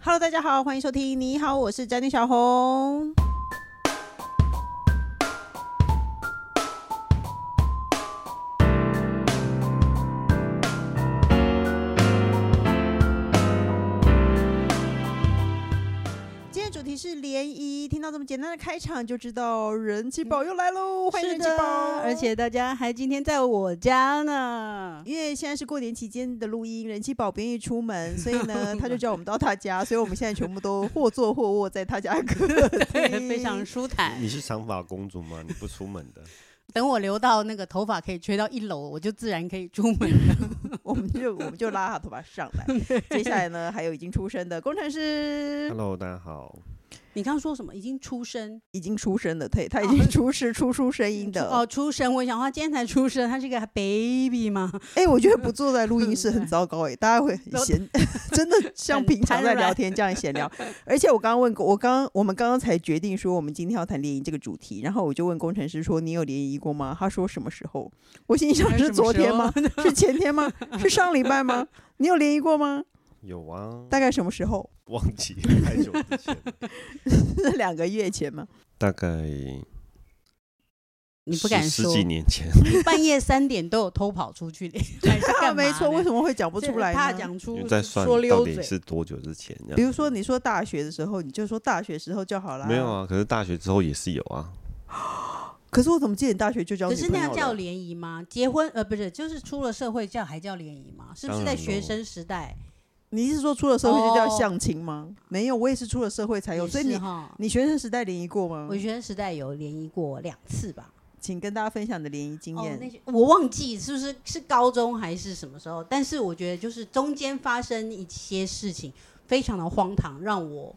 Hello，大家好，欢迎收听。你好，我是宅女小红。今天主题是联谊，听到这么简单的开场就知道人气宝又来喽，欢迎是人气的，宝！而且大家还今天在我家 呢。因为现在是过年期间的录音，人气宝不愿意出 门，所以呢，他就叫我们到他家，所以我们现在全部都或坐或卧在他家 客对，厅，非常舒坦。你是长发公主吗？你不出门 的，等我留到那个头发可以吹到一楼，我就自然可以出门了。我们就我们就拉他头发上来。 接下来呢，还有已经出生的工程师， Hello，大家好。你刚刚说什么？已经出生已经出生的，对，他已经出世出出声音的。 哦，出生。我想他今天才出生，他是个 baby 吗？哎、我觉得不坐在录音 室很糟糕哎、大家会很闲，真的像很平常瘫在软聊天这样闲 聊。而且我刚刚问过，我刚我们刚刚才决定说我们今天要谈联谊这个主题，然后我就问工程师说你有联谊过吗？他说什么时 候？我心里想还有是什么昨时天候吗？ 是前天 吗？是上礼拜吗？你有联谊过吗？有啊， 大概什么时候？ 忘记了太久之前，是两个月前吗？大概你不敢十说十，几年前，半夜三点都有偷跑 出去的，还是啊，干嘛呢？没错，为什么会讲不出来这怕呢？讲因出为在算说到溜底嘴。是多久之前这样。比如说你说大学的时候，你就说大学时候就好啦。没有，啊，可是大学之后也是有啊。可是我怎么记得你大学就交可女是朋友那样了叫联谊吗？结婚呃不是，就是出了社会叫还叫联谊吗？是不是当在然学咯生时代你是说出了社会就叫哦相亲吗？没有，我也是出了社会才有。也哎所以是你哈你学生时代联谊过吗我？学生时代有联谊过两次吧，请跟大家分享你的联谊经哦，那验。些我忘记是不是是高中还是什么时候，但是我觉得就是中间发生一些事情非常的荒唐，让我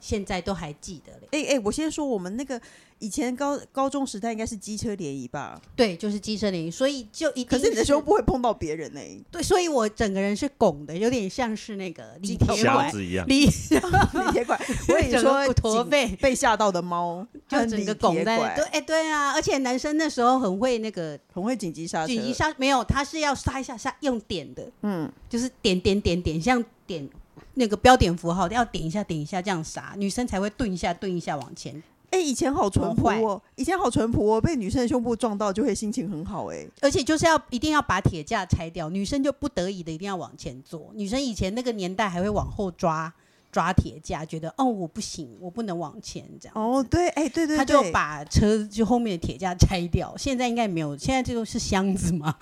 现在都还记得嘞。哎哎、我先说我们那个以前高高中时代应该是机车联谊吧？对，就是机车联谊，所以就一定可是你的时候胸部会碰到别人呢、对，所以我整个人是拱的，有点像是那个李鸡铁腿瞎拐，子一样， 李李 铁拐，我 跟你整个说，驼警 背。被吓到的猫，就很整李个拱铁在拐对，哎、对啊，而且男生那时候很会那个很会紧急刹车。紧急刹，没有，他是要刹一下刹，用点的，嗯，就是点点点点，像点那个标点符号，要点一下点一下这样刹，女生才会顿一下顿一下往前。哎、以前好淳朴好坏哦，以前好淳朴哦，被女生的胸部撞到就会心情很好哎、而且就是要一定要把铁架拆掉，女生就不得已的一定要往前坐。女生以前那个年代还会往后抓抓铁架，觉得哦我不行，我不能往前这样。哦，对，哎、对对对，他就把车就后面的铁架拆掉，现在应该没有，现在这个是箱子吗？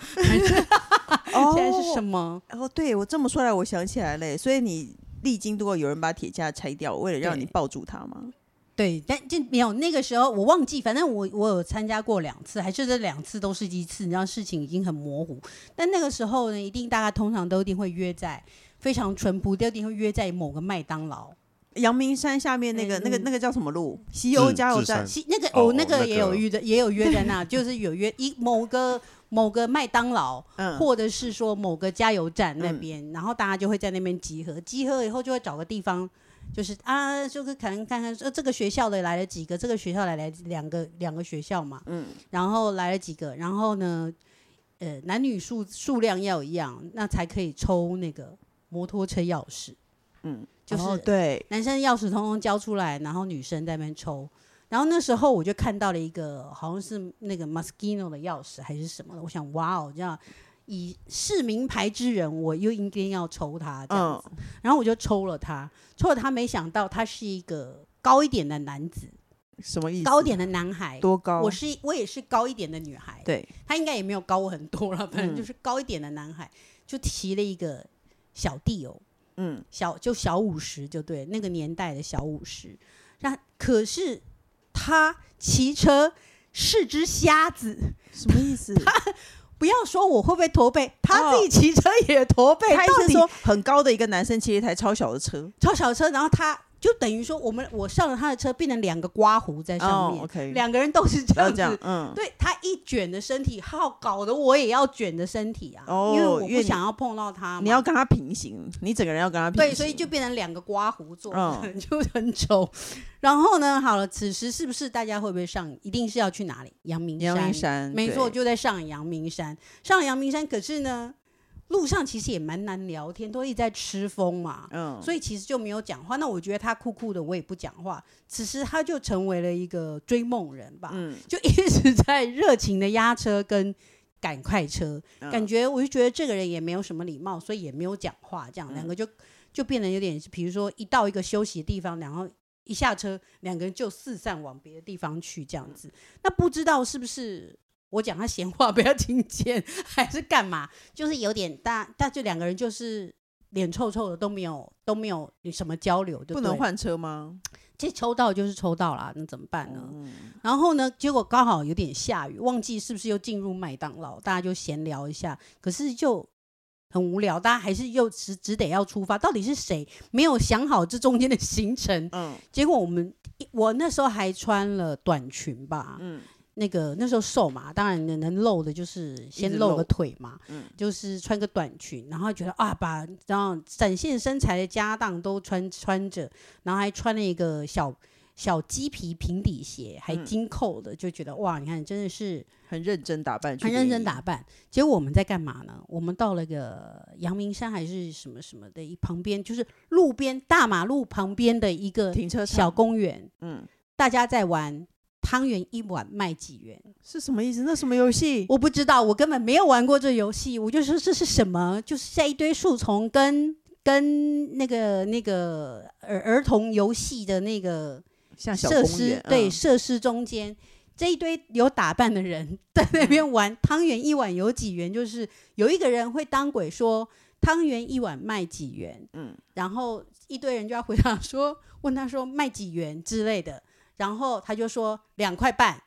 哦，现在是什么？哦，对我这么说来，我想起来了耶，所以你历经过有人把铁架拆掉，为了让你对抱住他吗？对，但就没有那个时候我忘记，反正我我有参加过两次，还是这两次都是一次，你知道事情已经很模糊。但那个时候呢，一定大家通常都一定会约在非常淳朴，都一定会约在某个麦当劳。阳明山下面那个、那个嗯那个叫什么路？西欧自加油自站山。其那个哦哦，那那个个也有约的，也有约在那，就是有约一某个某个麦当劳，嗯，或者是说某个加油站那边，然后大家就会在那边集合，集合以后就会找个地方，就是啊，就是可能看看呃这个学校的来了几个，这个学校来来两个两个学校嘛，嗯，然后来了几个，然后呢，呃，男女数数量要一样，那才可以抽那个摩托车钥匙，嗯，就是哦对，男生钥匙通通交出来，然后女生在那边抽。然后那时候我就看到了一个好像是那个 Moschino 的钥匙还是什么的，我想哇哦，这样以是名牌之人，我又应该要抽他这样嗯子。然后我就抽了他，抽了他，没想到他是一个高一点的男子，什么意思？高一点的男孩。多高？我是我也是高一点的女孩，啊对，他应该也没有高我很多了，反正嗯就是高一点的男孩，就骑了一个小弟哦，嗯，小就小五十就对，那个年代的小五十。那可是他骑车是只瞎子，什么意思？他不要说我会不会驼背，他自己骑车也驼背。哦他意到思底说很高的一个男生骑了一台超小的 车，超小车，然后他就等于说我们我上了他的车，变成两个刮胡在上哦面， ，OK， 两个人都是这要这样子样，。嗯，对他一卷的身体，好搞得我也要卷的身体啊，哦因为我因为不你想要碰到他嘛。你要跟他平行，你整个人要跟他平行，对，所以就变成两个刮胡做，嗯 就很丑。然后呢，好了，此时是不是大家会不会上瘾？一定是要去哪里？阳明山。阳明山，没错，对就在上阳明山。上阳明山，可是呢，路上其实也蛮难聊天，都一直在吃风嘛，嗯，所以其实就没有讲话。那我觉得他酷酷的，我也不讲话。此时他就成为了一个追梦人吧，嗯，就一直在热情的压车跟赶快车，嗯感觉我就觉得这个人也没有什么礼貌，所以也没有讲话，这样两嗯个就就变得有点，比如说一到一个休息的地方，然后一下车，两个人就四散往别的地方去，嗯这样子。那不知道是不是我讲他闲话 不要听见，还是干嘛？就是有点大，但就两个人就是脸臭臭的，都没有都没有什么交流，就不能对了，换车吗？这抽到就是抽到啦，那怎么办呢？嗯然后呢，结果刚好有点下雨，忘记是不是又进入麦当劳，大家就闲聊一下，可是就很无聊，大家还是又只只得要出发。到底是谁没有想好这中间的行程？嗯结果我们我那时候还穿了短裙吧，嗯那个那时候瘦嘛，当然能能露的就是一先直露露个腿嘛，嗯就是穿个短裙，然后觉得啊，把然后展现身材的家当都穿穿着，然后还穿了一个小小鸡皮平底鞋，还嗯金扣的，就觉得哇，你看真的是很认真打扮，很认真打，扮。结果我们在干嘛呢？我们到了个阳明山还是什么什么的一旁边，就是路边大马路旁边的一个停车场小公园，嗯，大家在玩汤圆一碗卖几元。是什么意思？那什么游戏？我不知道，我根本没有玩过这游戏，我就说这是什么，就是在一堆树丛跟跟那个那个儿儿童游戏的那个像小设公施园，，对嗯设施中间。这一堆有打扮的人在嗯那边玩汤圆一碗有几元，就是有一个人会当鬼说汤圆一碗卖几元，嗯嗯，然后一堆人就要回答说问他说卖几元之类的，然后他就说两块半，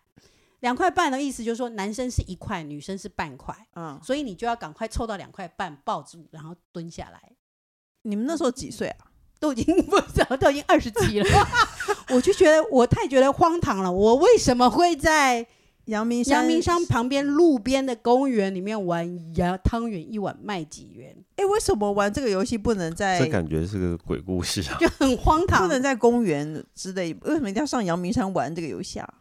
两块半的意思就是说男生是一块，女生是半块，嗯，所以你就要赶快凑到两块半抱住，然后蹲下来。你们那时候几岁啊？都已经不知道，都已经二十几了， 我就觉得我太觉得荒唐了。我为什么会在阳明山，阳明山旁边路边的公园里面玩牙汤圆一碗卖几元，哎，为什么玩这个游戏不能哎在这感觉是个鬼故事啊！ 就很荒不唐。能在公园之类？为什么一定要上阳明山玩这个游戏啊？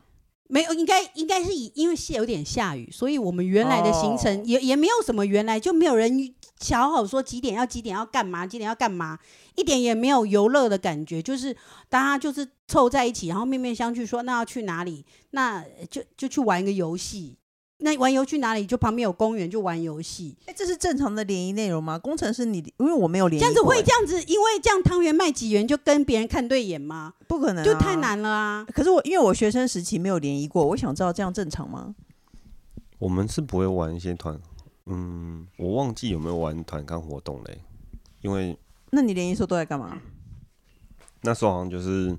没有，应该应该是以因为下有点下雨，所以我们原来的行程哦也、也没有什么，原来就没有人瞧好说几点要几点要干嘛，几点要干嘛，一点也没有游乐的感觉，就是大家就是凑在一起，然后面面相觑说那要去哪里，那呃就就去玩一个游戏。那玩游去哪里？就旁边有公园，就玩游戏，哎，这是正常的联谊内容吗？工程师你，因为我没有联谊这过，样子会这样子，因为这样汤圆卖几元就跟别人看对眼吗？不可能、就太。难了啊！可是我因为我学生时期没有联谊过，我想知道这样正常吗？我们是不会玩一些团，嗯，我忘记有没有玩团康活动嘞，因为那你联谊时候都在干嘛？那时候好像就是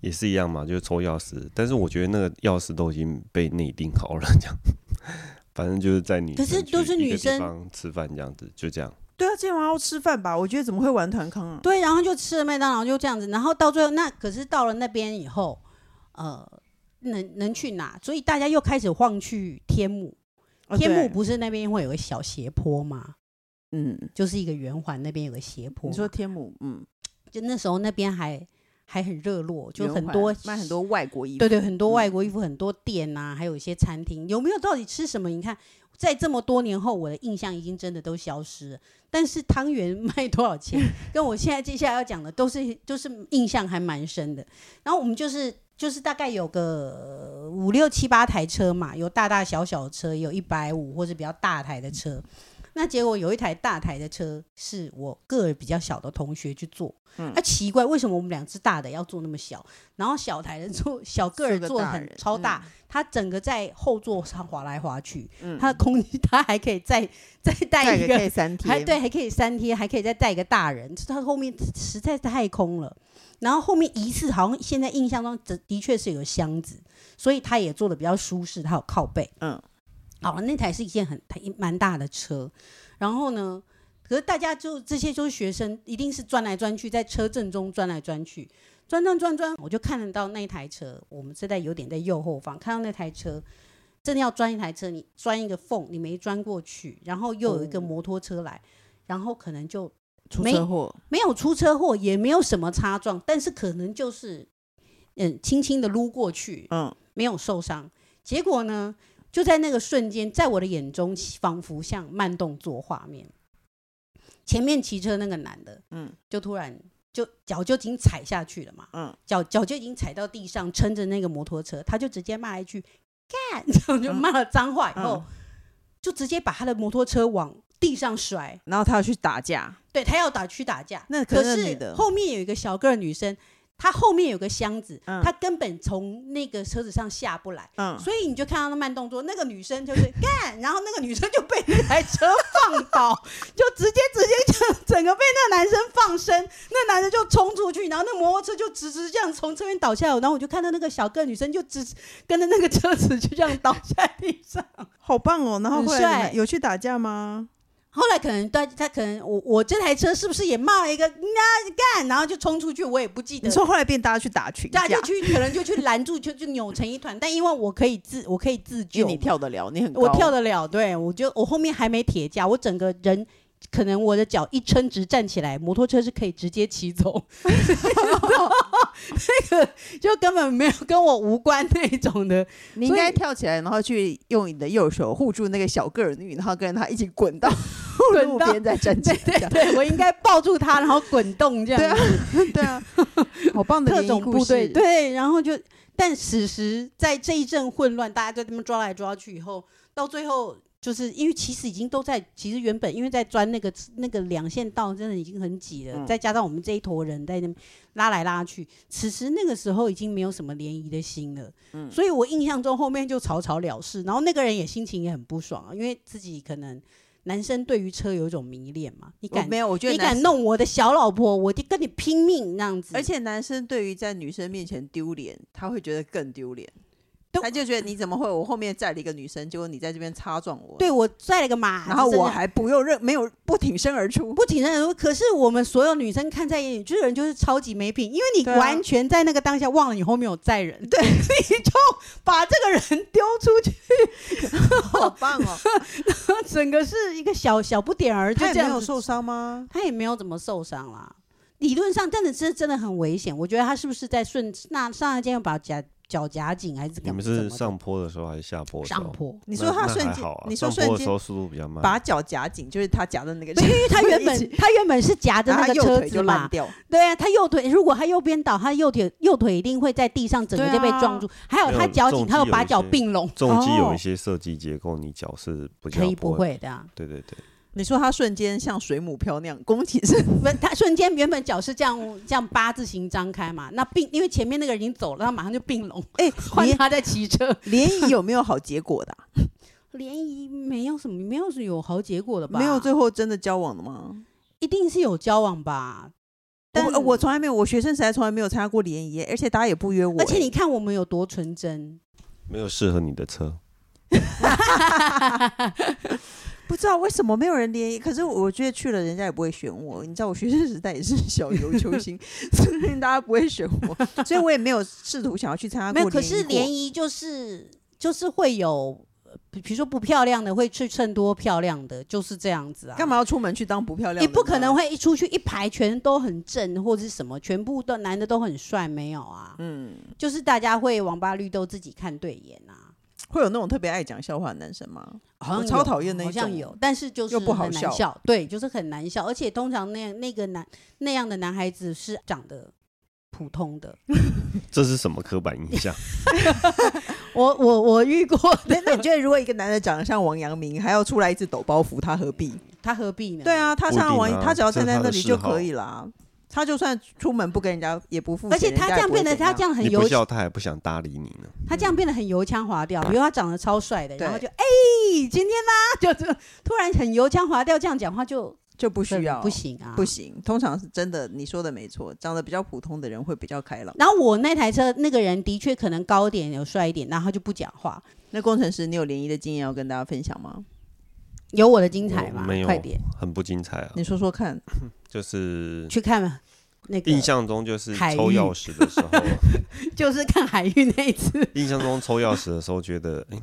也是一样嘛，就是抽钥匙，但是我觉得那个钥匙都已经被内定好了，这样，反正就是在你可是都是女生吃饭这样子，就这样。对啊，今天晚上要吃饭吧？我觉得怎么会玩团康啊？对，然后就吃了麦当劳，就这样子。然后到最后，那可是到了那边以后，呃，能能去哪？所以大家又开始晃去天幕。哦天幕对不是那边会有个小斜坡吗？嗯，就是一个圆环，那边有个斜坡嘛。你说天母，嗯，就那时候那边还还很热络，就圆很环多卖很多外国衣服，对对，很多嗯外国衣服，很多店啊，还有一些餐厅，有没有到底吃什么？你看，在这么多年后，我的印象已经真的都消失了。但是汤圆卖多 少钱，跟我现在接下来要讲的都是，就是印象还蛮深的。然后我们就是就是大概有个呃五六七八台车嘛，有大大小小的车，也有一百五或者比较大台的车。那结果有一台大台的车是我个儿比较小的同学去坐，嗯啊奇怪，为什么我们两只大的要坐那么小，然后小台的坐小个儿坐个坐的大很人超大，他整个在后座上滑来滑去，嗯他的空间他还可以再再带带一个个 K 三还贴，对，还可以三贴，还可以再带一个大人，就是他后面实在是太空了。然后后面疑似好像现在印象中的的确是有个箱子，所以他也做的比较舒适，他有靠背。嗯，好了，那台是一件很蛮大的车。然后呢，可是大家就这些就是学生，一定是钻来钻去，在车阵中钻来钻去，钻钻钻钻，我就看得到那台车，我们是在有点在右后方看到那台车。真的要钻一台车，你钻一个缝，你没钻过去，然后又有一个哦摩托车来，然后可能就出没车祸，没有出车祸，也没有什么擦撞，但是可能就是嗯，轻轻的撸过去，嗯，没有受伤。结果呢，就在那个瞬间，在我的眼中，仿佛像慢动作画面，前面骑车那个男的，嗯就突然就脚就已经踩下去了嘛，嗯，脚脚就已经踩到地上，撑着那个摩托车，他就直接骂一句“干”， 然后就骂了脏话以后，嗯就直接把他的摩托车往地上摔。然后他要去打架，对他要打去打架，那可可是那女是的后面有一个小个儿女生，她后面有个箱子，嗯她根本从那个车子上下不来。嗯，所以你就看到那慢动作，那个女生就是 干，然后那个女生就被那台车放倒，就直接直接就整个被那男生放生，那男生就冲出去，然后那摩托车就直直这样从车边倒下来，然后我就看到那个小个女生就直跟着那个车子就这样倒在地 上。好棒哦。然后很后来你帅们有去打架吗？后来可能他他可能我我这台车是不是也骂了一个那干，然后就冲出去，我也不记得你。说后来变大家去打群大架家，就去可能就去拦住，就就扭成一团。但因为我可以自我可以自因救为，你跳得了，你很高，我跳得了，对我就我后面还没铁架，我整个人可能我的脚一撑直站起来，摩托车是可以直接骑走， 那个就根本没有跟我无关那一种的。你应所以该跳起来，然后去用你的右手护住那个小个儿女，然后跟着他一起 滚到路滚到边再站起对来。对对，我应该抱住他，然后滚动这样对子。啊， 对啊，好棒的特联谊种故部队事，对，然后就，但此时在这一阵混乱，大家在他们抓来抓去以后，到最后就是因为其实已经都在，其实原本因为在钻那个那个两线道，真的已经很挤了，嗯再加上我们这一坨人在那边拉来拉去，此时那个时候已经没有什么联谊的心了，嗯所以我印象中后面就草草了事，然后那个人也心情也很不爽啊，因为自己可能男生对于车有一种迷恋嘛，你我敢没有，我觉得你男敢生，弄我的小老婆，我就跟你拼命那样子，而且男生对于在女生面前丢脸，他会觉得更丢脸，都他就觉得你怎么会我后面载了一个女生，结果你在这边擦撞我，对，我拽了个马，然后真我的还不用任没有不挺身而出，不停的说，可是我们所有女生看在眼里，这个人就是超级没品，因为你对啊完全在那个当下忘了你后面有载人，对， 你就把这个人丢出去， 好棒 哦！整个是一个小小不点儿，就他也这没样有子受伤吗？他也没有怎么受伤啦。理论上，真的是真的很危险。我觉得他是不是在顺那上一间又把夹脚夹紧，还是你怎么们怎么是的上坡的时候还是下坡的时候？上坡？你说那他那瞬还间好啊，你说上瞬坡的间时候速度比较慢，把脚夹紧， 就是他夹的那个，对，因为他原一起本他原本是夹着然后那他个右车腿子就嘛烂，掉，对啊，他右腿如果他右边倒，他右腿右腿一定会在地上整个对啊就被撞住。还有他脚紧，没有重击他有把有一些脚并拢，重机有哦一些设计结构，你脚是不可以不不。会的、啊。对对对，你说他瞬间像水母漂那样弓起身，不，他瞬间原本脚是这样这样八字形张开嘛，那并因为前面那个人已经走了，他马上就并拢， 哎、换联他在骑车。 联谊有没有好结果的啊、联谊没有什么，没有是有好结果的吧？没有最后真的交往的吗？一定是有交往吧？但我呃我从来没有，我学生时代从来没有参加过联谊，而且大家也不约我。而且你看我们有多纯 真，没有适合你的车，不知道为什么没有人联谊，可是我觉得去了人家也不会选我。你知道我学生时代也是小游球星， 所以大家不会选我，所以我也没有试图想要去参加没有。过可是联谊谊就是就是会有，呃比比如说不漂亮的会去衬托漂亮的，就是这样子啊。过。干嘛要出门去当不漂亮的你呢？不可能会一出去一排全都很正或者是什么，全部都男的都很帅，没有啊？嗯，就是大家会王八绿豆自己看对眼啊，会有那种特别爱讲笑话的男生吗？好像我超有讨厌那一好像种有，但是就是又不好很难笑笑，对，就是很难笑，而且通常那样那个男那样的男孩子是长得普通的，这是什么刻板 印象？我我我遇过，那那你觉得如果一个男的长得像王阳明，还要出来一直抖包袱，他何必？ 他何必呢？对，啊，他不一像定王阳，啊他只要这站是在他那的里嗜就可好以啦。他就算出门不跟人家也不付钱，而且他人这家也样不变会得怎他这样，样很你油不，笑他还不想搭理你呢。他这样变得很油腔滑调。比如他长得超帅的，然后就嗯对哎、今天啦， 就就突然很油腔滑调这样讲话就就不需要，不行啊，不行。通常是真的，你说的没错，长得比较普通的人会比较开朗。然后我那台车那个人的确可能高一点，有帅一点，然后他就不讲话。那工程师，你有联谊的经验要跟大家分享吗？有我的精彩吗我没？有快点很不精彩啊你，说说看。 就是去看吧那个印象中就是海抽域钥匙的时候，就是看海域那一 次。印象中抽钥匙的时候觉得，哎、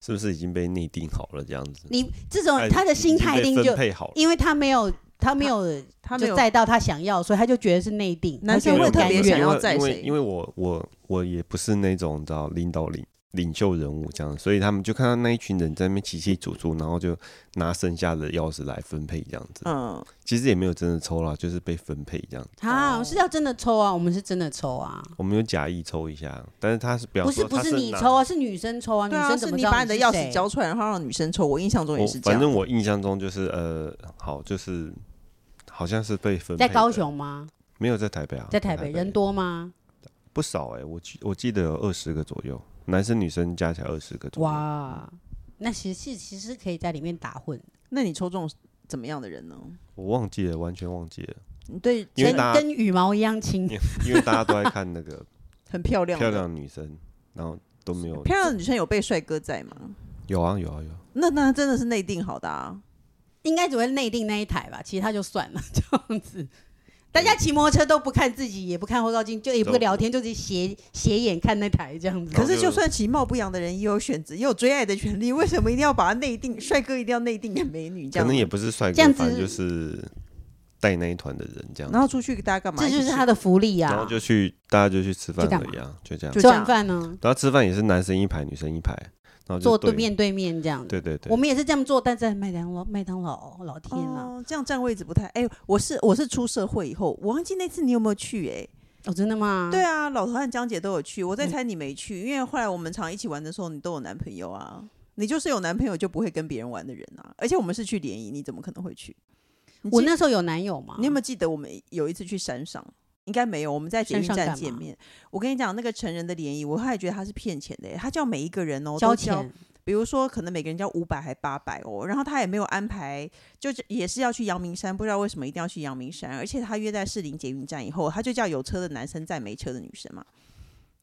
是不是已经被内定好了这样子？你这种哎哦他的已心经态一被定分就，配好了。因为他没有他没有他没就有，载到他想要，所以他就觉得是内定。男生他会觉得特别甘想愿要因为载因为谁因为我我我也不是那种你知道领导领领袖人物这样，所以他们就看到那一群人在那边起起楚楚，然后就拿剩下的钥匙来分配这样子。嗯，其实也没有真的抽啦，就是被分配这样。啊，是要真的抽啊，我们是真的抽啊，我们有假意抽一下，但是他是表不是不是你抽啊，是女生抽啊，女对啊，生怎是么你知道把你的钥匙谁交出来，然后让女生抽。我印象中也我是这哦反样。正我印象中就是呃，好，就是好像是被分配在的高，雄吗？没有在台北啊，在台北人多吗？不少哎、我记我记得有二十个左右，男生女生加起来二十个左右。哇，那其实是其实可以在里面打混，那你抽中怎么样的人呢？我忘记了，完全忘记了，你对跟因为真大家跟羽毛一样轻。因为大家都在看那 个很漂亮的漂亮的女生，然后都没有漂亮的女生有被帅哥在吗？有啊有啊有啊那那真的是内定好的啊。应该只会内定那一台吧，其他就算了这样子。大家骑摩托车都不看自己，也不看后照镜，就也不都聊天，就是斜斜眼看那台这样子。可是就算其貌不扬的人也有选择，也有追爱的权利，为 什么一定要把它内定？帅哥一定要内定给美女这可样能吗？也不是帅这哥，样子反正就是带那一团的人这样子然，后出去大家干嘛？这就是他的的福利然啊后！就去大家就去吃饭就干了嘛呀，就这样就。吃完饭呢，然后吃饭也是男生一排，女生一排，然后就坐对，面对面这样子。对对对我，们也是这样做，但在麦当劳，麦当劳，老天啊！哦，这样占位置不太。哎、我是我是出社会以后，我忘记那次你有没有去、哎、哦，真的吗？对啊，老头和江姐都有去，嗯我在猜你没去，因为后来我们常一起玩的时候，你都有男朋友啊。你就是有男朋友就不会跟别人玩的人啊。而且我们是去联谊，你怎么可能会去？你我记那时候有男友嘛？你有没有记得我们有一次去山上？应该没有，我们在捷运山上站干见嘛面。我跟你讲，那个成人的联谊，我还觉得他是骗钱的耶，哎他叫每一个人哦交都交，钱？比如说可能每个人交五百还八百哦，然后他也没有安排，就是也是要去阳明山，不知道为什么一定要去阳明山，而且他约在士林捷运站以后，他就叫有车的男生载没车的女生嘛，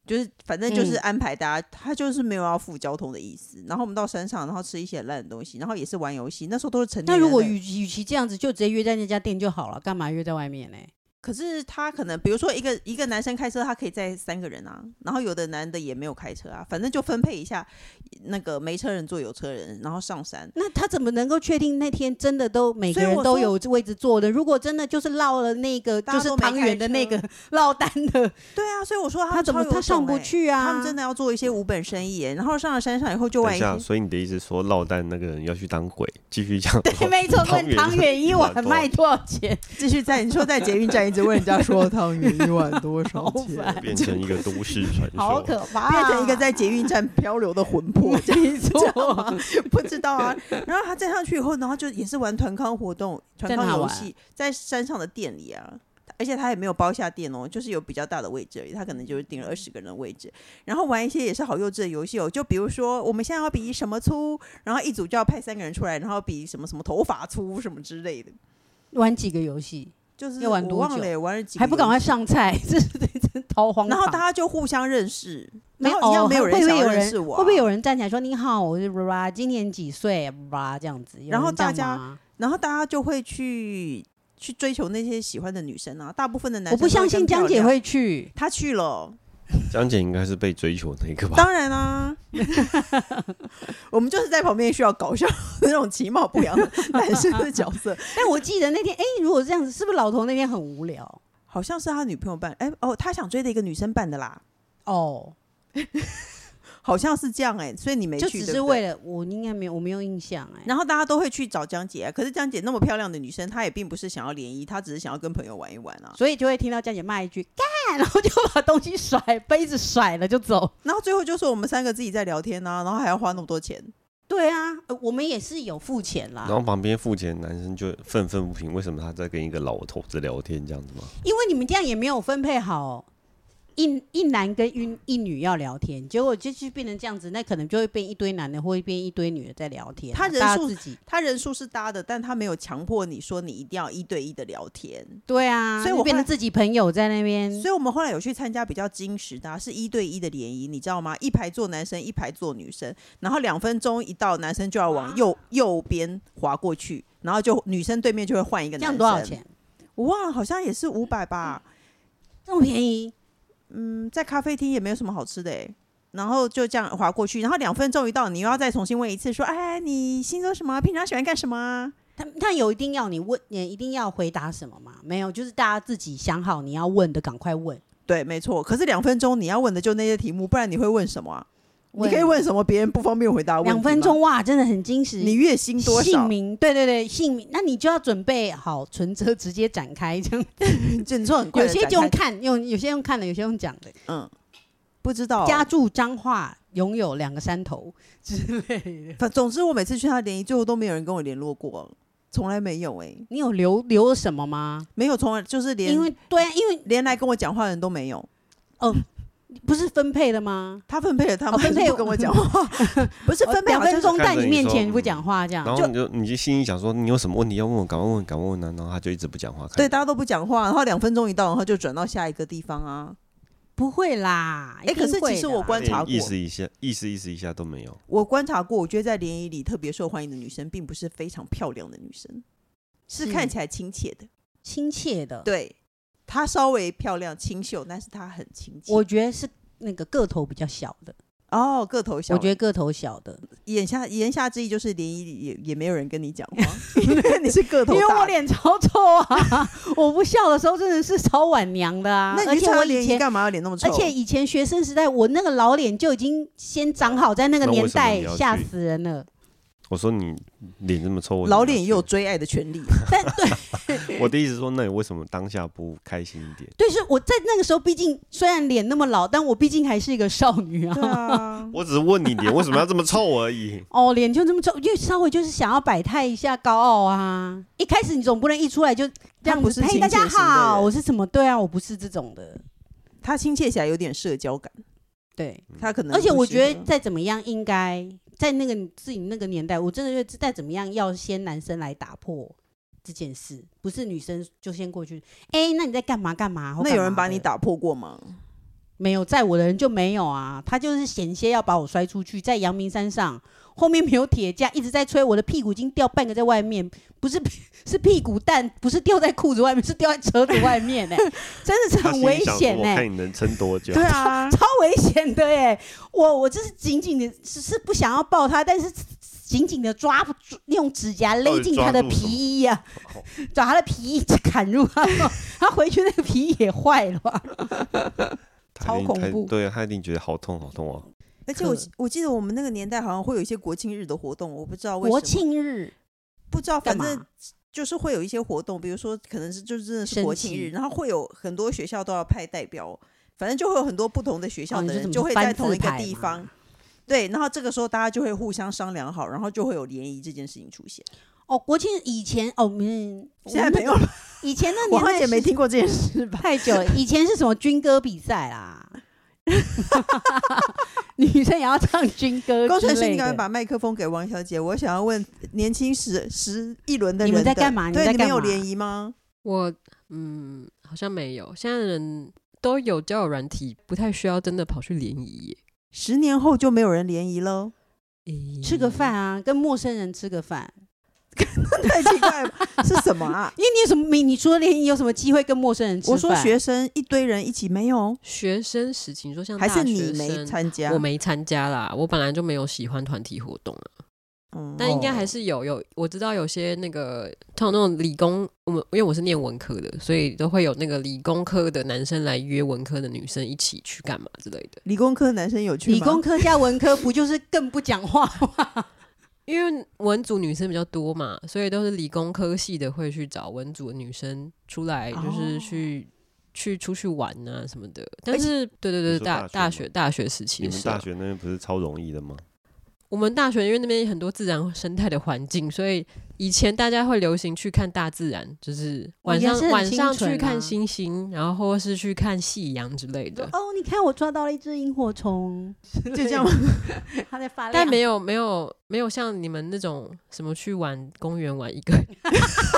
就是反正就是嗯安排大家，他就是没有要付交通的意思。然后我们到山上，然后吃一些烂的东西，然后也是玩游戏，那时候都是成年那人类。如果与与其这样子，就直接约在那家店就好了，干嘛约在外面呢？可是他可能，比如说一个一个男生开车，他可以载三个人啊，然后有的男的也没有开车啊，反正就分配一下，那个没车人坐有车人，然后上山。那他怎么能够确定那天真的都每个所以人我都说有位置坐的？如果真的就是落了那个，大就家是都没汤圆开的那车个 落单的，对啊，所以我说他们怎么超有他上不种欸？去啊？他们真的要做一些无本生意耶，然后上了山上以后就等玩一一下，些。所以你的意思说落单那个人要去当鬼，继续讲对， 没错，汤问圆汤圆一碗碗多卖多少钱？继续在你说在捷运站一直问人家说 汤圆一碗多少好烦钱，变成一个都市传好 说。可怕、啊变成一个在捷运站漂流的魂魄。这样没 这样错吗， 不知道啊。然后他站上去以后，然后就也是玩团康活动、团在哪康游玩戏，在山上的店里啊。而且他也没有包下店哦，就是有比较大的位置而已，他可能就是定了二十个人的位置，然后玩一些也是好幼稚的游戏哦，就比如说我们现在要比什么粗，然后一组就要派三个人出来，然后比什么什么头发粗什么之类的，玩几个游戏就是要玩我多忘久了耶玩了几个还不赶游快戏，上菜， 这是这真逃荒然后法大家就互相认识，没然后一样哦没有会人会不想会要有认人识我、啊会不会有人站起来说：“你好，我是 blah 今年几岁 blah 这样子？”有然后人这样大家吗然后大家就会去去追求那些喜欢的女生啊。大部分的男生我不都会相更信江姐漂亮，会去，她去了，江姐应该是被追求那个吧？当然啦、 我们就是在旁边需要搞笑那种其貌不扬的男生的角色，但我记得那天，哎、如果这样子，是不是老头那天很无聊？好像是他女朋友扮，哎哦，他想追的一个女生扮的啦，哦，好像是这样哎、所以你没去，就对只是不对为了我应该没有，我没有印象哎、然后大家都会去找江姐、啊，可是江姐那么漂亮的女生，她也并不是想要联谊，她只是想要跟朋友玩一玩啊。所以就会听到江姐骂一句“干”，然后就把东西甩杯子甩了就走。然后最后就说我们三个自己在聊天啊，然后还要花那么多钱，对啊，呃我们也是有付钱啦然，后旁边付钱的男生就愤愤不平，为什么他在跟一个老头子聊天这样子吗？因为你们这样也没有分配好。一一男跟一一女要聊天，结果就就变成这样子，那可能就会变一堆男的，或者变一堆女的在聊天啊。他人大家数自己他人数是搭的，但他没有强迫你说你一定要一对一的聊天。对啊，所以就我变后成来自己朋友在那边。所以我们后来有去参加比较矜持的、啊，是一对一的联谊，你知道吗？一排坐男生，一排坐女生，然后两分钟一到，男生就要往右右边滑过去，然后就女生对面就会换一个这男样生。多少？钱？我忘了，好像也是五百吧。这么便宜？嗯，在咖啡厅也没有什么好吃的哎、然后就这样滑过去，然后两分钟一到，你又要再重新问一次，说：“哎，你星座什么？平常喜欢干什么啊？”他他有一定要你问，也一定要回答什么吗？没有，就是大家自己想好你要问的，赶快问。对，没错。可是两分钟你要问的就那些题目，不然你会问什么啊？你可以问问什么别人不方便回答的问题两分吗，钟哇，真的很惊喜。你月薪多姓少？名，对对对，姓名，那你就要准备好存折，直接展开这样。这你说很快有地些展就用开看，用有些用看的，有些用讲的。嗯，不知道哦、家住彰化，拥有两个山头之类的。 反总之我每次去他的联谊，最后都没有人跟我联络过，从来没有哎、你有留留什么吗？没有从来就是连因为对啊，因为连来跟我讲话的人都没有。不是分配的吗？他分配了他哦们，分配哦不跟我讲话， 哦不是分配两好像分是钟在看着你你面说前不讲话这样然。后你就你就心里想说，你有什么问题要问我，赶快问，赶快问啊！然后他就一直不讲话。看对，大家都不讲话，然后两分钟一到，然后就转到下一个地方啊。不会啦，哎可是其实我观连察过意思一下，意思意思一下都没有。我观察过，我觉得在联谊里特别受欢迎的女生，并不是非常漂亮的女生，是看起来来亲切的。亲切的，对，她稍微漂亮清秀，但是她很亲切。我觉得是那个个头比较小的，哦，个头小，我觉得个头小的，眼下言下之意就是联谊里也也没有人跟你讲话， 因为你是个头因为大我的。脸超臭啊！ 我不笑的时候真的是超晚娘的啊！那而你去且参加我联以谊前，干嘛要脸那么臭？而且以前学生时代，我那个老脸就已经先长好，在那个那为年什么代你要吓去死人了。我说你脸这么臭，我怎么老要脸也去有追爱的权 利。但对我的意思说，那你为什么当下不开心一点？对，是我在那个时候，毕竟虽然脸那么老，但我毕竟还是一个少女啊。。对啊，我只是问你脸 为什么要这么臭而已哦，脸就这么皱，就稍微就是想要摆态一下高傲啊。一开始你总不能一出来就这样不子，是嘿，亲大家切型的人好，我是什么？对啊，我不是这种的，她亲切起来有点社交感，对。她可能而且不我适觉得合再怎么样，应该在那个自己那个年代，我真的觉得再怎么样，要先男生来打破这件事，不是女生就先过去。哎、那你在干嘛干嘛？或那干有人嘛把的你打破过吗？没有在我的人就没有啊，他就是险些要把我摔出去，在阳明山上后面没有铁架，一直在吹，我的屁股已经掉半个在外面，不是是屁股蛋，不是掉在裤子外面，是掉在车子外 面呢、真的是嗯他很心危里想说险欸我呢、看你能撑多久。啊， 超危险的耶、我我就是紧紧的，是是不想要抱他，但是紧紧的抓不住，用指甲哦勒进他的皮衣啊，找他的皮衣砍入 他，他回去那个皮衣也坏了吧？他一定超恐怖他对他一定觉得好痛好痛哦、而且我记可我记得我们那个年代好像会有一些国庆日的活动，我不知道哦为什么，国庆日不知道，干反嘛？正就是会有一些活动，比如说可能是就是真的是升国庆旗日，然后会有很多学校都要派代表，反正就会有很多不同的学校哦你的是人、怎么就会翻在同字一个牌地吗方。对，然后这个时候大家就会互相商量好，然后就会有联谊这件事情出现。哦，国庆以前哦，嗯，我现在们那没有个了，以前那我年好像代也没是听过 这件事吧？太久了。以前是什么军歌比赛啦？ 女生也要唱军歌高之晨类你赶快的把麦克风给王小姐，我想要问年轻时时一轮的你人们在的干嘛你们对，在你们干有嘛联谊吗？我嗯，好像没有。现在人都有交友软体，不太需要真的跑去联谊十年后就没有人联谊喽，耶。诶吃个饭啊，跟陌生人吃个饭。 太奇怪了，是什么啊？因为你有什么？你你除了联谊有什么机会跟陌生人吃饭？我说学生一堆人一起没有，学生时期，你说像还是大你学没生，参加？我没参加啦。我本来就没有喜欢团体活动啊，嗯，但应该还哦是有有。我知道有些那个，通常那种理工，我们因为我是念文科的，所以都会有那个理工科的男生来约文科的女生一起去干嘛之类的。理工科男生有去吗理 工科加文科，不就是更不讲话吗？因为文组女生比较多嘛，所以都是理工科系的会去找文组的女生出来，哦就是去、去出去玩啊什么的。但而且是，对对你对，说大大大学学大学时期你的们时候大，学那边不是超容易的吗？我们大学因为那边很多自然生态的环境，所以以前大家会流行去看大自然，就是哦晚也上、是很晚清上纯去啊看星星，然后或是去看夕阳之类的。哦，你看我抓到了一只萤火虫，就这样吗，它在发亮。但没有没有没有像你们那种什么去玩公园玩一个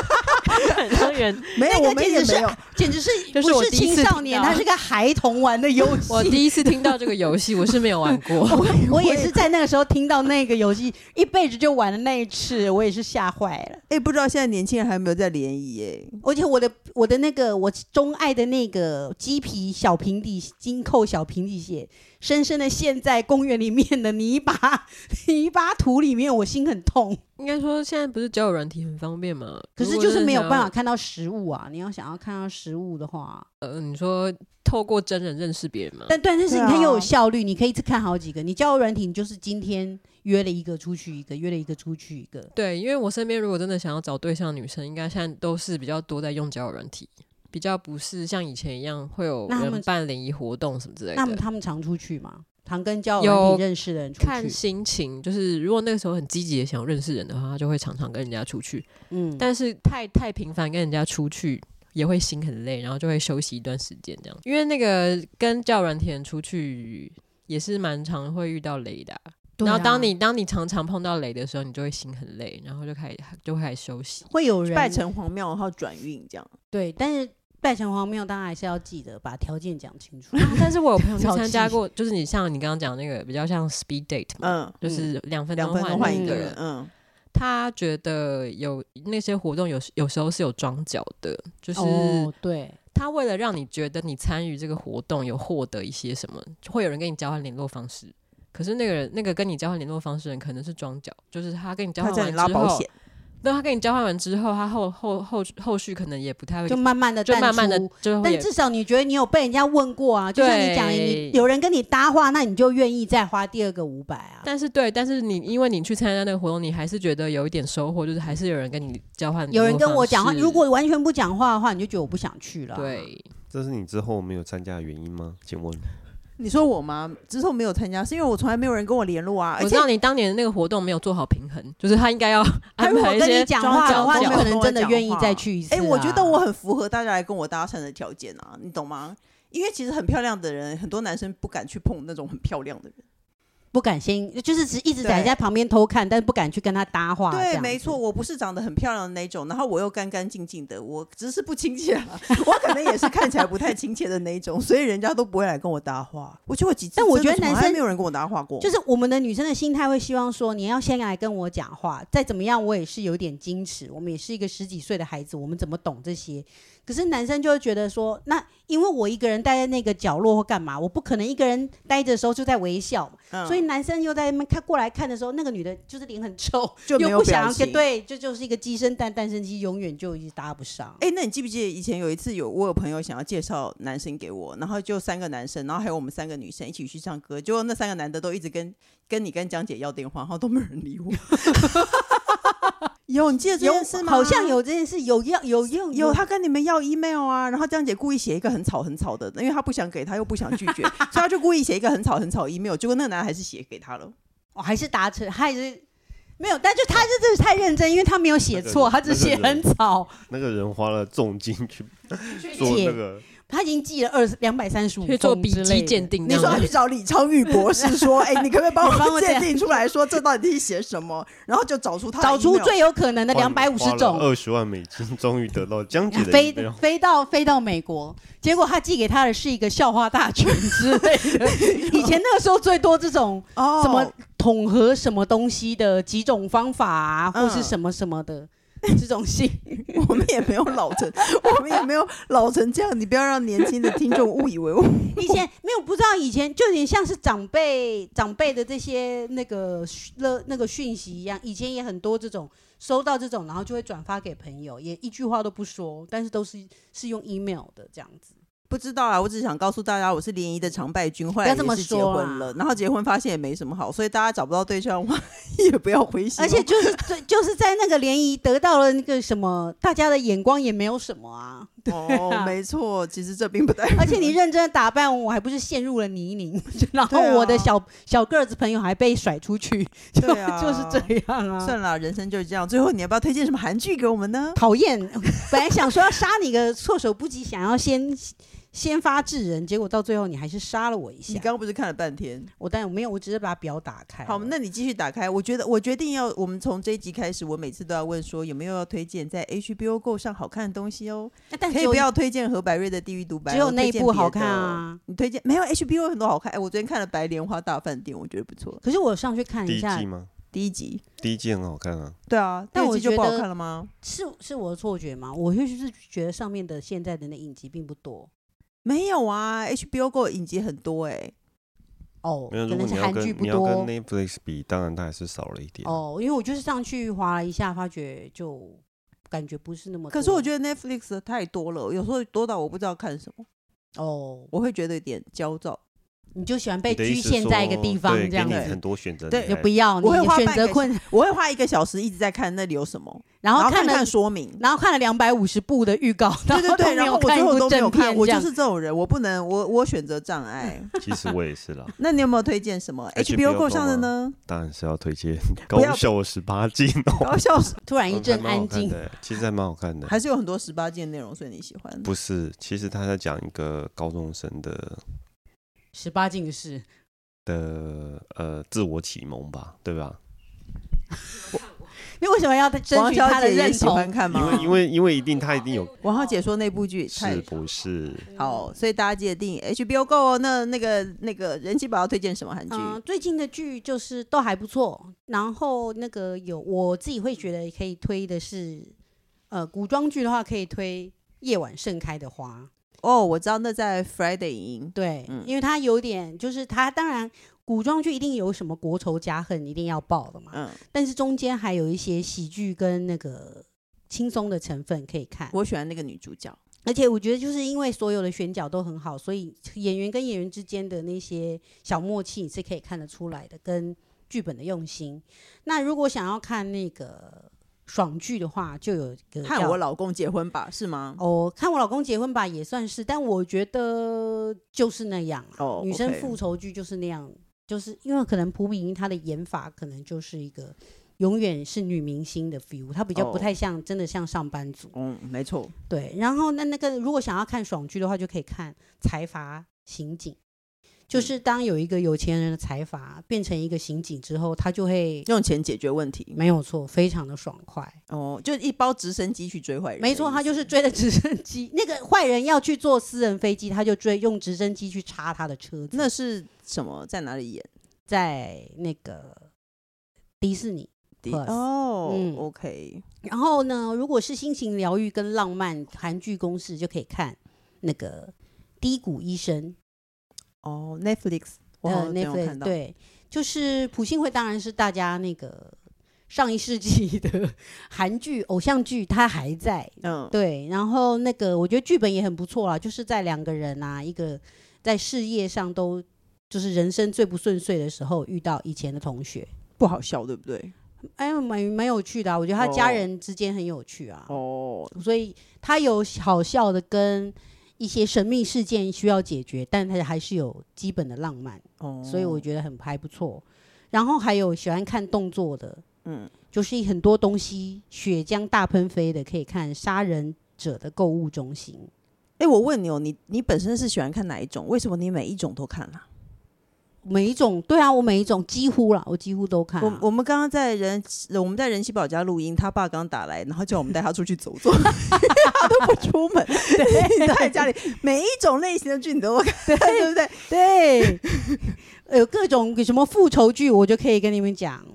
公园没有，那个我们简直也是没有。简直是这是不我是第一青次少听年，到它是个孩童玩的游戏。我第一次听到这个游戏， 我是没有玩过。我我也也是在那个时候听到那个游戏，一辈子就玩了那一次，我也是吓坏了。哎，不知道现在年轻人还有没有在联谊？耶？而且我的我的那个我钟爱的那个鸡皮小平底金扣小平底鞋，深深的陷在公园里面的泥巴泥巴土里面，我心很痛。应该说现在不是交友软体很方便 嘛？可是如果就是真的没有想办要法。看到实物啊！你要想要看到实物的话，呃，你说透过真人认识别人嘛？但但是对你啊看又有效率，你可以一次看好几个。你交友软体，你就是今天约了一个出去一个，约了一个出去一个。对，因为我身边如果真的想要找对象的女生，应该现在都是比较多在用交友软体，比较不是像以前一样会有那他们人办联谊活动什么之类那么的。他们常出去吗？常跟交友软有体认识的人出看去？心情，就是如果那个时候很积极的想要认识人的话，他就会常常跟人家出去；嗯，但是太太频繁跟人家出去，也会心很累，然后就会休息一段时间这样。因为那个跟交友软体的人出去也是蛮常会遇到雷的啊、对然啊后当你当你常常碰到雷的时候，你就会心很累，然后就开始就会开始 休息。会有人拜城隍庙然后转运这样。对，但是拜城隍庙当然还是要记得把条件讲清楚。但是我有朋友去早参加期过，就是你像你刚刚讲那个比较像 speed date 嘛，嗯，就是两分两钟分钟换一个人人。。嗯，他觉得有那些活动有有时候是有装脚的，就是哦，对，他为了让你觉得你参与这个活动有获得一些什么，就会有人跟你交换联络方式。可是那个人，那个跟你交换联络方式的人可能是装脚，就是他跟你交他换叫完你之拉保后，险，那他跟你交换完之后，他后后后后续可能也不太会就，慢慢的就慢慢的就会但至少你觉得你有被人家问过啊，就像你讲，你对有人跟你搭话，那你就愿意再花第二个五百啊。但是对，但是你因为你去参加那个活动，你还是觉得有一点收获，就是还是有人跟你交换联有络方式，人跟我讲话，如果完全不讲话的话，你就觉得我不想去了啊、对这是你之后没有参加的原因吗？请问，你说我吗？之后没有参加，是因为我从来没有人跟我联络啊，我而知且道你当年那个活动没有做好平衡，就是他应该要他安如果排一跟你些讲装话的话，脚你架可能真的愿意再去一次、哎、啊。我觉得我很符合大家来跟我搭讪的条件啊，你懂吗？因为其实很漂亮的人，很多男生不敢去碰那种很漂亮的人。不敢先，就是只一直对在在旁边偷看，但是不敢去跟他搭话。这对，样没错，子。我不是长得很漂亮的那种，然后我又干干净净的，我只是不亲切啊，我可能也是看起来不太亲切的那一种，所以人家都不会来跟我搭话。我觉得我几次，但我觉得男生没有人跟我搭话过，就是我们的女生的心态会希望说，你要先来跟我讲话，再怎么样我也是有点矜持，我们也是一个十几岁的孩子，我们怎么懂这些？可是男生就会觉得说，那因为我一个人待在那个角落或干嘛，我不可能一个人待着的时候就在微笑嘛，嗯所以男生又在那边看过来看的时候，那个女的就是脸很臭，就没又有不想表要跟情对，这就是一个鸡生蛋，蛋生鸡，永远就一直搭不上。哎、那你记不记得以前有一次有我有朋友想要介绍男生给我，然后就三个男生，然后还有我们三个女生一起去唱歌，结果那三个男的都一直跟跟你跟江姐要电话，然后都没有人理我。 有你记得这有件事吗？好像有这件事，有要有有有他跟你们要 email 啊，然后江姐故意写一个很吵很吵的，因为她不想给他又不想拒 绝，所以她就故意写一个很吵很吵 email，结果那个男的还是写给他了。哦，还是达成，他还是没有，但就他这真的是太认真，因为他没有写错，他那个只写很草，那个人花了重金去做解那个，他已经记了二两百三十五去做笔记鉴。定你这说样他子。去找李昌钰博士 说，哎、你可不可以帮帮我我这鉴样定出来说这到底是写什么？然后就找出他的找出 email 最有可能的两百五十种，二十万美金，终于得到江姐的哦飞 email 飞到飞到美国，结果他寄给他的是一个笑话大全之类的。 以前那个时候最多这种哦什么统合什么东西的几种方法啊，或是嗯什么什么的这种信， 我们也没有老 成，我们也没有老成这样。你不要让年轻的听众误以为我 们以前没有不知道，以前就有点像是长辈长辈的这些那个讯了那个讯息一样，以前也很多这种收到这种，然后就会转发给朋友，也一句话都不说，但是都是是用 email 的这样子。不知道啊。我只是想告诉大家，我是联谊的常败军，后来不要这么也是结说婚了，啦然后结婚发现也没什么好，所以大家找不到对象的话， 也不要灰心哦。而且就是对，就是在那个联谊得到了那个什么，大家的眼光也没有什么啊。哦，没错，其实这并不代表。而且你认真的打扮，我还不是陷入了泥泞，然后对啊我的小、小个子朋友还被甩出去，就、对啊就是这样啊。算了，人生就是这样。最后，你要不要推荐什么韩剧给我们 呢？讨厌，本来想说要杀你个措手不及，想要先先发制人，结果到最后你还是杀了我一你下。刚刚不是看了半天？我但我没有，我只是把表打开了。好，那你继续打开。我觉得我决定要，我们从这一集开始，我每次都要问说有没有要推荐在 HBO Go 上好看的东西哦。那但可只以有不要推荐何百瑞的《地狱独白》，只有我那推一荐部别好的看。啊。你推荐没有 HBO 有很多好看，哎，我昨天看了《白莲花大饭店》，我觉得不错，可是我上去看第一一下季，吗？第一集。第一季很好看啊，对啊，但第二我季就觉不好得看了吗？是是我的错觉吗？我就是觉得上面的现在的那影集并不多。没有啊，HBO Go 影集很多哎、哦，没有，可如果能你是要韩剧跟不你要跟多 Netflix 比，当然它还是少了一点。哦，因为我就是上去划了一下，发觉就感觉不是那么多。可是我觉得 Netflix 的太多了，有时候多到我不知道看什么，得哦，我会觉得有点焦躁。你就喜欢被你的局意思限在一个说地方对这样给你子子，很多选择，对你就还不要你我会花选半择个困，我会花一个小时一直在看那里有什么，然后看看了看说明。然后看了两百五十部的预告，对对对，然然后后我都最后没有看一部都没有正片看，我这就样是这种人，我不能，我我选择障 碍。其实我也是啦，那你有没有推荐什么 HBO HBO Go 啊上的 呢？当然是要 推荐不要高校十八禁哦，搞笑死，突然一阵还蛮好安看静。的，其实还蛮好看的。还是有很多十八禁内容，所以你喜欢？不是，其实他在讲一个高中生的十八禁的事，的呃自我启蒙吧，对吧？你为什么要争王取小他的姐也认喜欢同？看因吗？为因为因为一定他一定有王浩姐说那部剧太是不是？好，所以大家记得订 HBO Go 哦。那那个那个人气宝要推荐什么韩剧？嗯、最近的剧就是都还不错，然后那个有我自己会觉得可以推的是，呃，古装剧的话可以推《夜晚盛开的花》。哦，我知道那在 Friday 影音。对，嗯因为它有点就是它，当然古装剧一定有什么国仇家恨一定要报的嘛，嗯，但是中间还有一些喜剧跟那个轻松的成分可以看。我喜欢那个女主角。而且我觉得就是因为所有的选角都很好，所以演员跟演员之间的那些小默契你是可以看得出来的，跟剧本的用心。那如果想要看那个爽剧的话，就有一个和叫我老公结婚吧，是吗？哦，看我老公结婚吧也算是，但我觉得就是那样啊。哦女生 OK 复仇剧就是那样，就是因为可能朴敏英她的演法可能就是一个永远是女明星的 feel，她比较不哦太像、真的像上班族。嗯，没错。对，然后那那个如果想要看爽剧的话，就可以看《财阀刑警》，嗯就是当有一个有钱人的财阀变成一个刑警之后，他就会用钱解决问题。没有错，非常的爽快。哦，就一包直升机去追坏人的意没思。错，他就是追着直升机，那个坏人要去坐私人飞机，他就追用直升机去插他的车子。那是什么？在哪里演？在那个迪士尼。的 Plus 哦、嗯 o k 然后呢，如果是心情疗愈跟浪漫韩剧公式，就可以看那个《低谷医生》。哦、n e t f l i x 我好呃像没有看，Netflix 到。对，就是朴信惠当然是大家那个上一世纪的 韩剧偶像剧，它还在嗯，对。然后那个我觉得剧本也很不错啦，就是在两个人啊，一个在事业上都就是人生最不顺遂的时候遇到以前的同学，不好笑，对不对？哎，蛮蛮有趣的、啊，我觉得他家哦人之间很有趣啊，哦，所以他有好笑的跟。一些神秘事件需要解决，但他还是有基本的浪漫。哦，所以我觉觉得很还不错。然后还有喜欢看动作的，嗯，就是很多东西血浆大喷飞的，可以看《杀人者的购物中心哎、我问你哦，你你本身是喜欢看哪一种？为什么你每一种都看啊啦、》。每一种对啊，我每一种几乎啦，我几乎都看啊、我 我们刚刚在人我们在人气宝家录音，他爸刚打来，然后叫我们带他出去走 走，他都不出门，对，在家里每一种类型的剧你都 看，对不对？对，有各种什么复仇剧，我就可以跟你们讲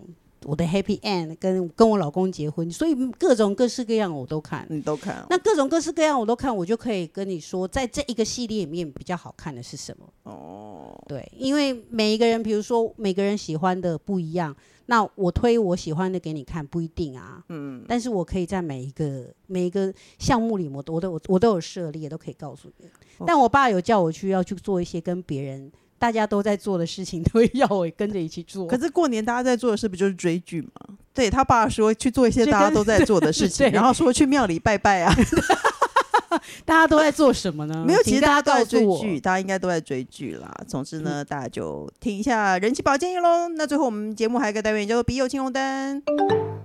我的 happy end，跟跟我老公结婚，所以各种各式各样我都看。你都看、哦，那各种各式各样我都看，我就可以跟你说，在这一个系列里面比较好看的是什么。哦，对，因为每一个人，比如说每个人喜欢的不一样，那我推我喜欢的给你看不一定啊，嗯，但是我可以在每一个每一个项目里，我都我都我都有涉猎，都可以告诉你哦。但我爸有叫我去要去做一些跟别人大家都在做的事情，都会要我跟着一起做。可是过年大家在做的事不就是追剧吗？对他爸说去做一些这大家跟都在做的事情， 对然后说去庙里拜拜啊，大家都在做什么呢？没有，请其实大家大都在告诉追我。嗯剧，大家应该都在追剧啦。总之呢，大家就听一下人气宝建议喽。那最后我们节目还有一个单元叫做“笔友青龙灯”，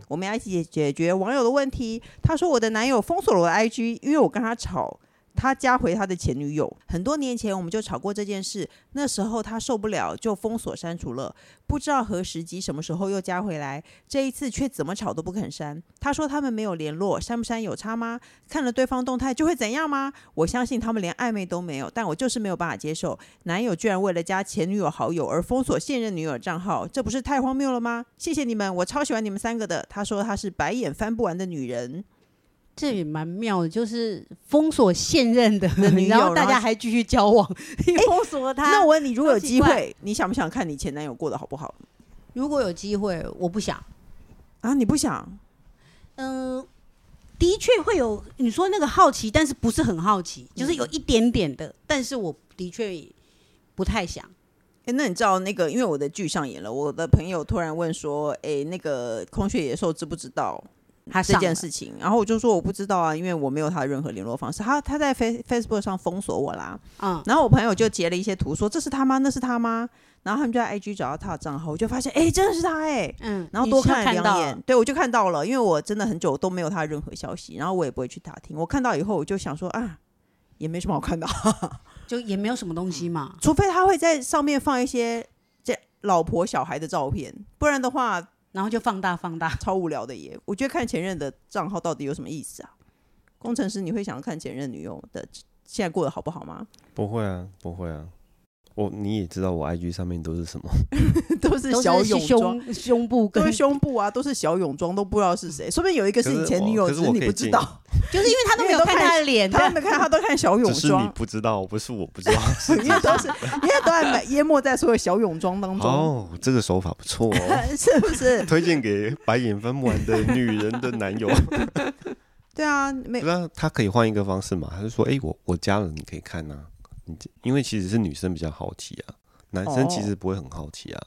我们要一起解解决网友的问题。他说我的男友封锁了我的 IG，因为我跟他吵。他加回他的前女友，很多年前我们就吵过这件事，那时候他受不了就封锁删除了，不知道何时及什么时候又加回来，这一次却怎么吵都不肯删。他说他们没有联络，删不删有差吗？看了对方动态就会怎样吗？我相信他们连暧昧都没有，但我就是没有办法接受，男友居然为了加前女友好友而封锁现任女友账号，这不是太荒谬了吗？谢谢你们，我超喜欢你们三个的。他说她是白眼翻不完的女人，这也蛮妙的，就是封锁现任的的女友 然后大然后哎家还继续交往， 封锁了他。那我问你，如果有超机奇怪会，你想不想看你前男友过得好不好如果有机会，我不想。啊？你不想？嗯、的确会有你说那个好奇，但是不是很好奇，嗯就是有一点点的，但是我的确不太想。哎，那你知道那个，因为我的剧上演了，我的朋友突然问说，哎，那个空穴野兽知不知道他这上件了事情？然后我就说我不知道啊，因为我没有他的任何联络方式。他他在 Face Facebook 上封锁我啦。嗯，然后我朋友就截了一些图，说这是他吗？那是他吗？然后他们就在 IG 找到他的账号，我就发现，哎，真的是他哎、嗯，然后你多是看了看两到眼，对我就看到了，因为我真的很久都没有他任何消息，然后我也不会去打听。我看到以后，我就想说啊，也没什么好看的， 就也没有什么东西嘛。除非他会在上面放一些这老婆小孩的照片，不然的话然后就放大放大，超无聊的耶。我觉得看前任的账号到底有什么意思啊？工程师，你会想看前任女友的现在过得好不好吗？ 不会啊，不会啊。我你也知道我 IG 上面都是什么，都是都小是是泳装。胸胸部都跟，是就是胸部啊，都是小泳装，都不知道是谁。说不定有一个是可你是前我女友，可只是是我你可以不知进道。 因为他都没有看他的脸他的，们看他都看小泳只是你装，不知道，不是我不知道。因为都是因为都在埋淹没在所有小泳装当中，哦，这个手法不错哦， 是不是？推荐给白眼翻不完的女人的男 友。对啊，没那他可以换一个方式嘛？他就说：“哎、我我加了，你可以看呐、你这因为其实是女生比较好奇啊，男生哦其实不会很好奇啊。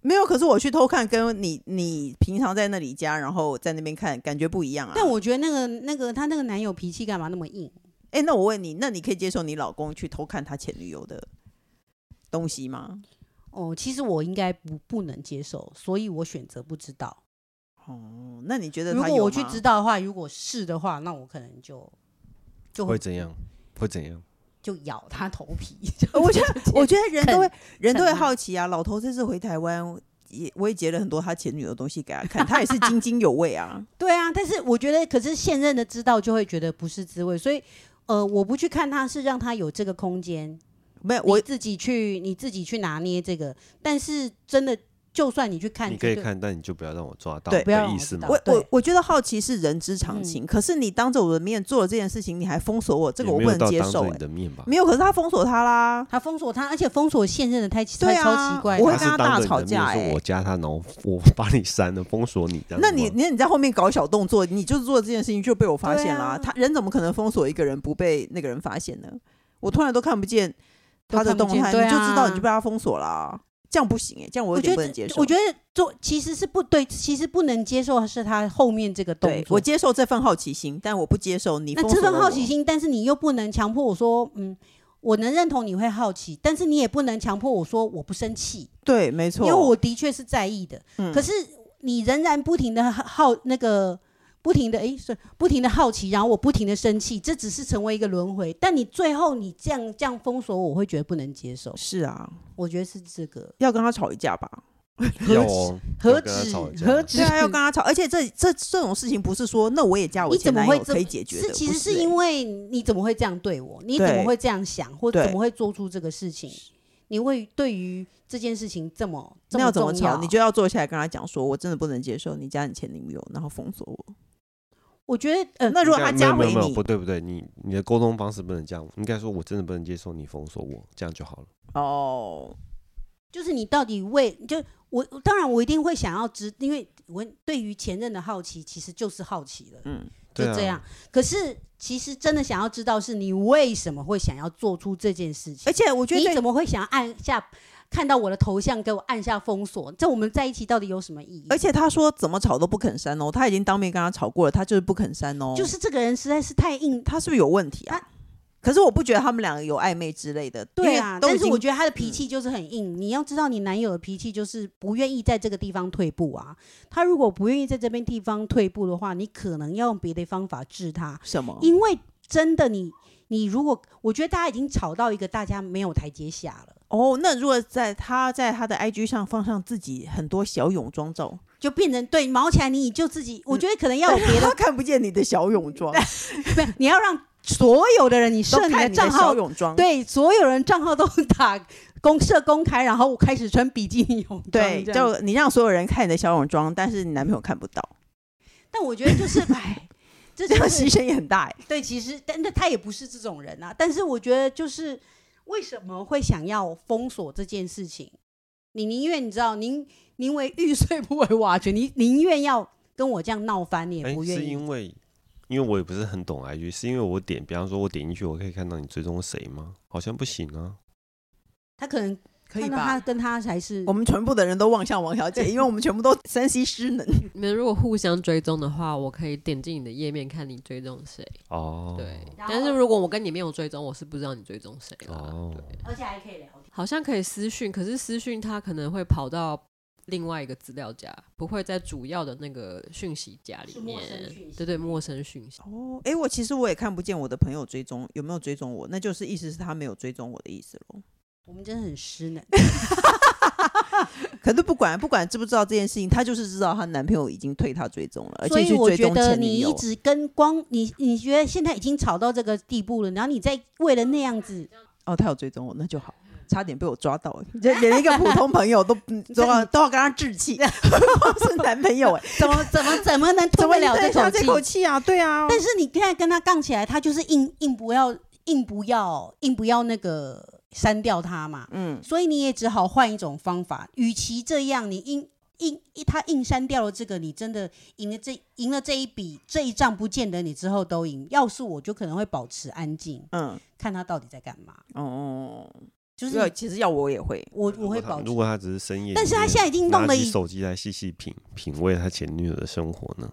没有。可是我去偷看，跟你你平常在那里加，然后在那边看，感觉不一样啊。但我觉得那个那个她那个男友脾气干嘛那么硬？哎、那我问你，那你可以接受你老公去偷看他前女友的东西吗？哦，其实我应该不不能接受，所以我选择不知道。哦，那你觉得如他果有我去吗知道的话，如果是的话，那我可能就哦就会怎样？会怎样？就咬他头皮。我觉得，我觉得人都会，人都会啃好奇啊。老头这次回台湾，也我也截了很多他前女友的东西给他看，他也是津津有味啊。对啊，但是我觉得，可是现任的知道就会觉得不是滋味，所以呃，我不去看他是让他有这个空间，没有，我我自己去你自己去拿捏这个。但是真的，就算你去看，你可以就看，但你就不要让我抓到对不要的让我意思知道。嘛我我啊对嗯我觉得好奇是人之常情，可是你当着我的面做了这件事情，你还封锁我，这个也我没不能有到接当着受、你欸。的面吧？没有，可是他封锁他啦。他封锁他，而且封锁现任的太对啊太超奇怪的。我会他跟他大是当着吵你的架面说欸我加他，然后我把你删了，封锁你这样子那吗。你那你在后面搞小动作，你就是做这件事情就被我发现啦、对啊他人怎么可能封锁一个人不被那个人发现呢？我突然都看不见他的都动看不见态，对你就知道啊你就被他封锁啦。这样不行哎、这样我我有觉点不能得接，受。我觉得做其实是不对，其实不能接受的是他后面这个动对作。我接受这份好奇心，但我不接受你那封这锁份了好我奇，心，但是你又不能强迫我说，嗯，我能认同你会好奇，但是你也不能强迫我说我不生气，对，没因错。为我的确是在意的。嗯可是你仍然不停的好那个。不停的诶，是不停的好奇，然后我不停的生气，这只是成为一个轮回。但你最后你这样这样封锁我，我会觉得不能接受。是啊，我觉得是这个要跟他吵一架吧。要哦，何要跟他止吵架何止对啊，要跟他吵，而且这这这种事情不是说那我也加我你前怎么男会友这可以解决的，是其不实是是欸因为你怎么会这样对我？你怎么对会这样想，或对怎么会做出这个事情？你会对于这件事情这么这那要么怎么重吵，你就要坐下来跟他讲说，我真的不能接受你加你前女友，然后封锁我。我觉得呃，那如果他应该加回没有没有没有，你不，对不对，你你的沟通方式不能这样。应该说我真的不能接受你封锁我，这样就好了。哦，就是你到底为就我当然我一定会想要知，因为我对于前任的好奇其实就是好奇了，嗯，就对啊这样。可是其实真的想要知道是你为什么会想要做出这件事情而，且我觉得你对怎么会想要按下看到我的头像给我按下封锁？这我们在一起到底有什么意义？而且他说怎么吵都不肯删哦，他已经当面跟他吵过了，他就是不肯删哦，就是这个人实在是太硬。他是不是有问题啊？他可是我不觉得他们两个有暧昧之类的，对因为啊，都但已是经嗯我觉得他的脾气就是很硬。你要知道，你男友的脾气就是不愿意在这个地方退步啊。他如果不愿意在这边地方退步的话，你可能要用别的方法治他，什么？因为真的你，你如果我觉得大家已经吵到一个大家没有台阶下了，哦，那如果在他在他的 IG 上放上自己很多小泳装照，就变成对毛起来，你就嗯自己，我觉得可能要有别的， 他看不见你的小泳 装，不是你要让所有的人，你设都的看你的账号小泳装，对，所有人账号都打公社公开，然后我开始穿比基尼泳装对，这样就 你让所有人看你的小泳装，但是你男朋友看不到。 但我觉得就是，哎，这这就样是牺牲也很大哎、对，其实但但他也不是这种人啊。但是我觉得就是为什么会想要封锁这件事情？你宁愿你知道，宁宁为玉碎不为瓦全，你宁愿要跟我这样闹翻，你也哎、不愿是意。因为因为我也不是很懂 IG，是因为我点，比方说我点进去，我可以看到你追踪谁吗？好像不行啊。他可能可以看到吧他跟他才是我们全部的人都望向王小 姐，因为我们全部都三 C 失能。你们如果互相追踪的话，我可以点进你的页面看你追踪谁。哦，对，然后但是如果我跟你没有追踪，我是不知道你追踪谁啦。哦对，而且还可以聊天。好像可以私讯，可是私讯它可能会跑到另外一个资料夹，不会在主要的那个讯息夹里是陌面呃生讯。息对对，陌生讯息。哦，哎，我其实我也看不见我的朋友追踪有没有追踪我，那就是意思是他没有追踪我的意思喽。我们真的很失能。可是不管不管知不知道这件事情，她就是知道她男朋友已经退她追踪了，而所且以去我追觉踪得前你女一友。直跟光你，你觉得现在已经吵到这个地步了，然后你再为了那样子，哦，他有追踪我，那就好。差点被我抓到、欸，这连一个普通朋 友都嗯都要都要跟他置气，是男朋 友哎、 怎么怎么怎么能吞怎得么了忍得下口这气？口气啊？对哦啊，但是你现在跟他杠起来，他就是硬硬不要硬不要硬不要那个删掉他嘛，嗯，所以你也只好换一种方法。与其这样，你硬硬他硬删掉了这个，你真的赢了这赢了这一笔这一仗，不见得你之后都赢。要是我就可能会保持安静，嗯，看他到底在干嘛。哦、嗯，就要是其实要我也会，我我如会果保他持啊如，果他只是深夜，但是他现在已经弄拿了起一手机来细细品品味他前女友的生活呢，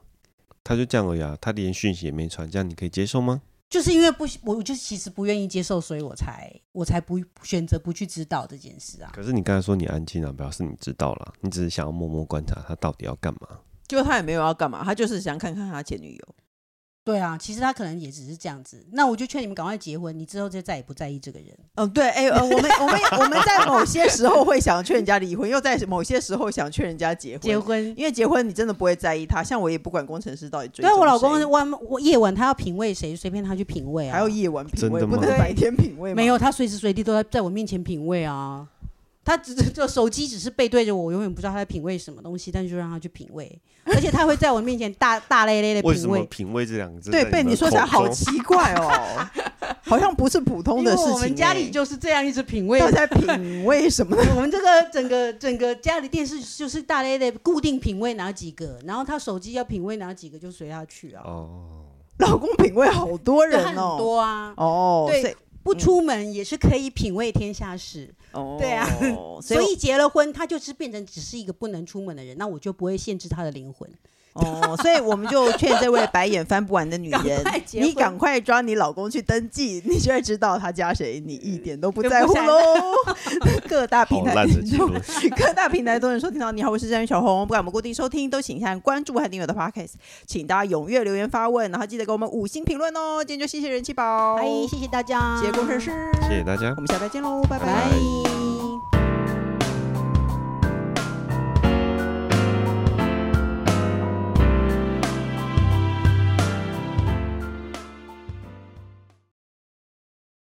他就这样而已啊，他连讯息也没传，这样你可以接受吗？就是因为不我我就其实不愿意接受，所以我才我才不选择不去知道这件事啊。可是你刚才说你安静了、表示你知道了，你只是想要默默观察他到底要干嘛。就他也没有要干嘛，他就是想看看他前女友。对啊，其实他可能也只是这样子。那我就劝你们赶快结婚，你之后就再也不在意这个人。嗯，对，哎、呃，我们我们我们在某 些时候会想劝人家离婚，又在某些时候想劝人家结婚。结婚，因为结婚你真的不会在意他，像我也不管工程师到底追对啊踪我老公谁晚我夜晚他要品味谁，随便他去品味啊。还有夜晚品味，真的不吗能白天品味吗没有，他随时随地都在在我面前品味啊。他只是就手机只是背对着我，我永远不知道他在品味什么东西，但是就让他去品味，而且他会在我面前大大咧咧的为什品么味。品味这两个字在哎对，的被你说起来口好中奇怪 哦，好像不是普通因的为事情欸、我们家里就是这样一直品味到底在品味什么？ 我们这个整个整个家里电视就是大类的固定品味哪几个，然后他手机要品味哪几个就随他去啊。哦。老公品味好多对人 他很哦，多啊，哦，对所以不出门也是可以品味天下事。哦，对啊所所以结了婚，他就是变成只是一个不能出门的人，那我就不会限制他的灵魂。哦，所以我们就劝这位白眼翻不完的女人 赶快，结婚你赶快抓你老公去登记，你就会知道他加谁，你一点都不就不在乎想喽。 各大平好台烂的结论 各大平台都能收听到。你好，我是詹小红，不管我们固定收听，都请看关注和订阅我的 podcast，请大家踊跃留言发问，然后记得给我们五星评论哦。今天就谢谢人气宝，哎，谢谢大家，谢谢工程师，谢谢大家我。们下次再见喽，拜拜拜。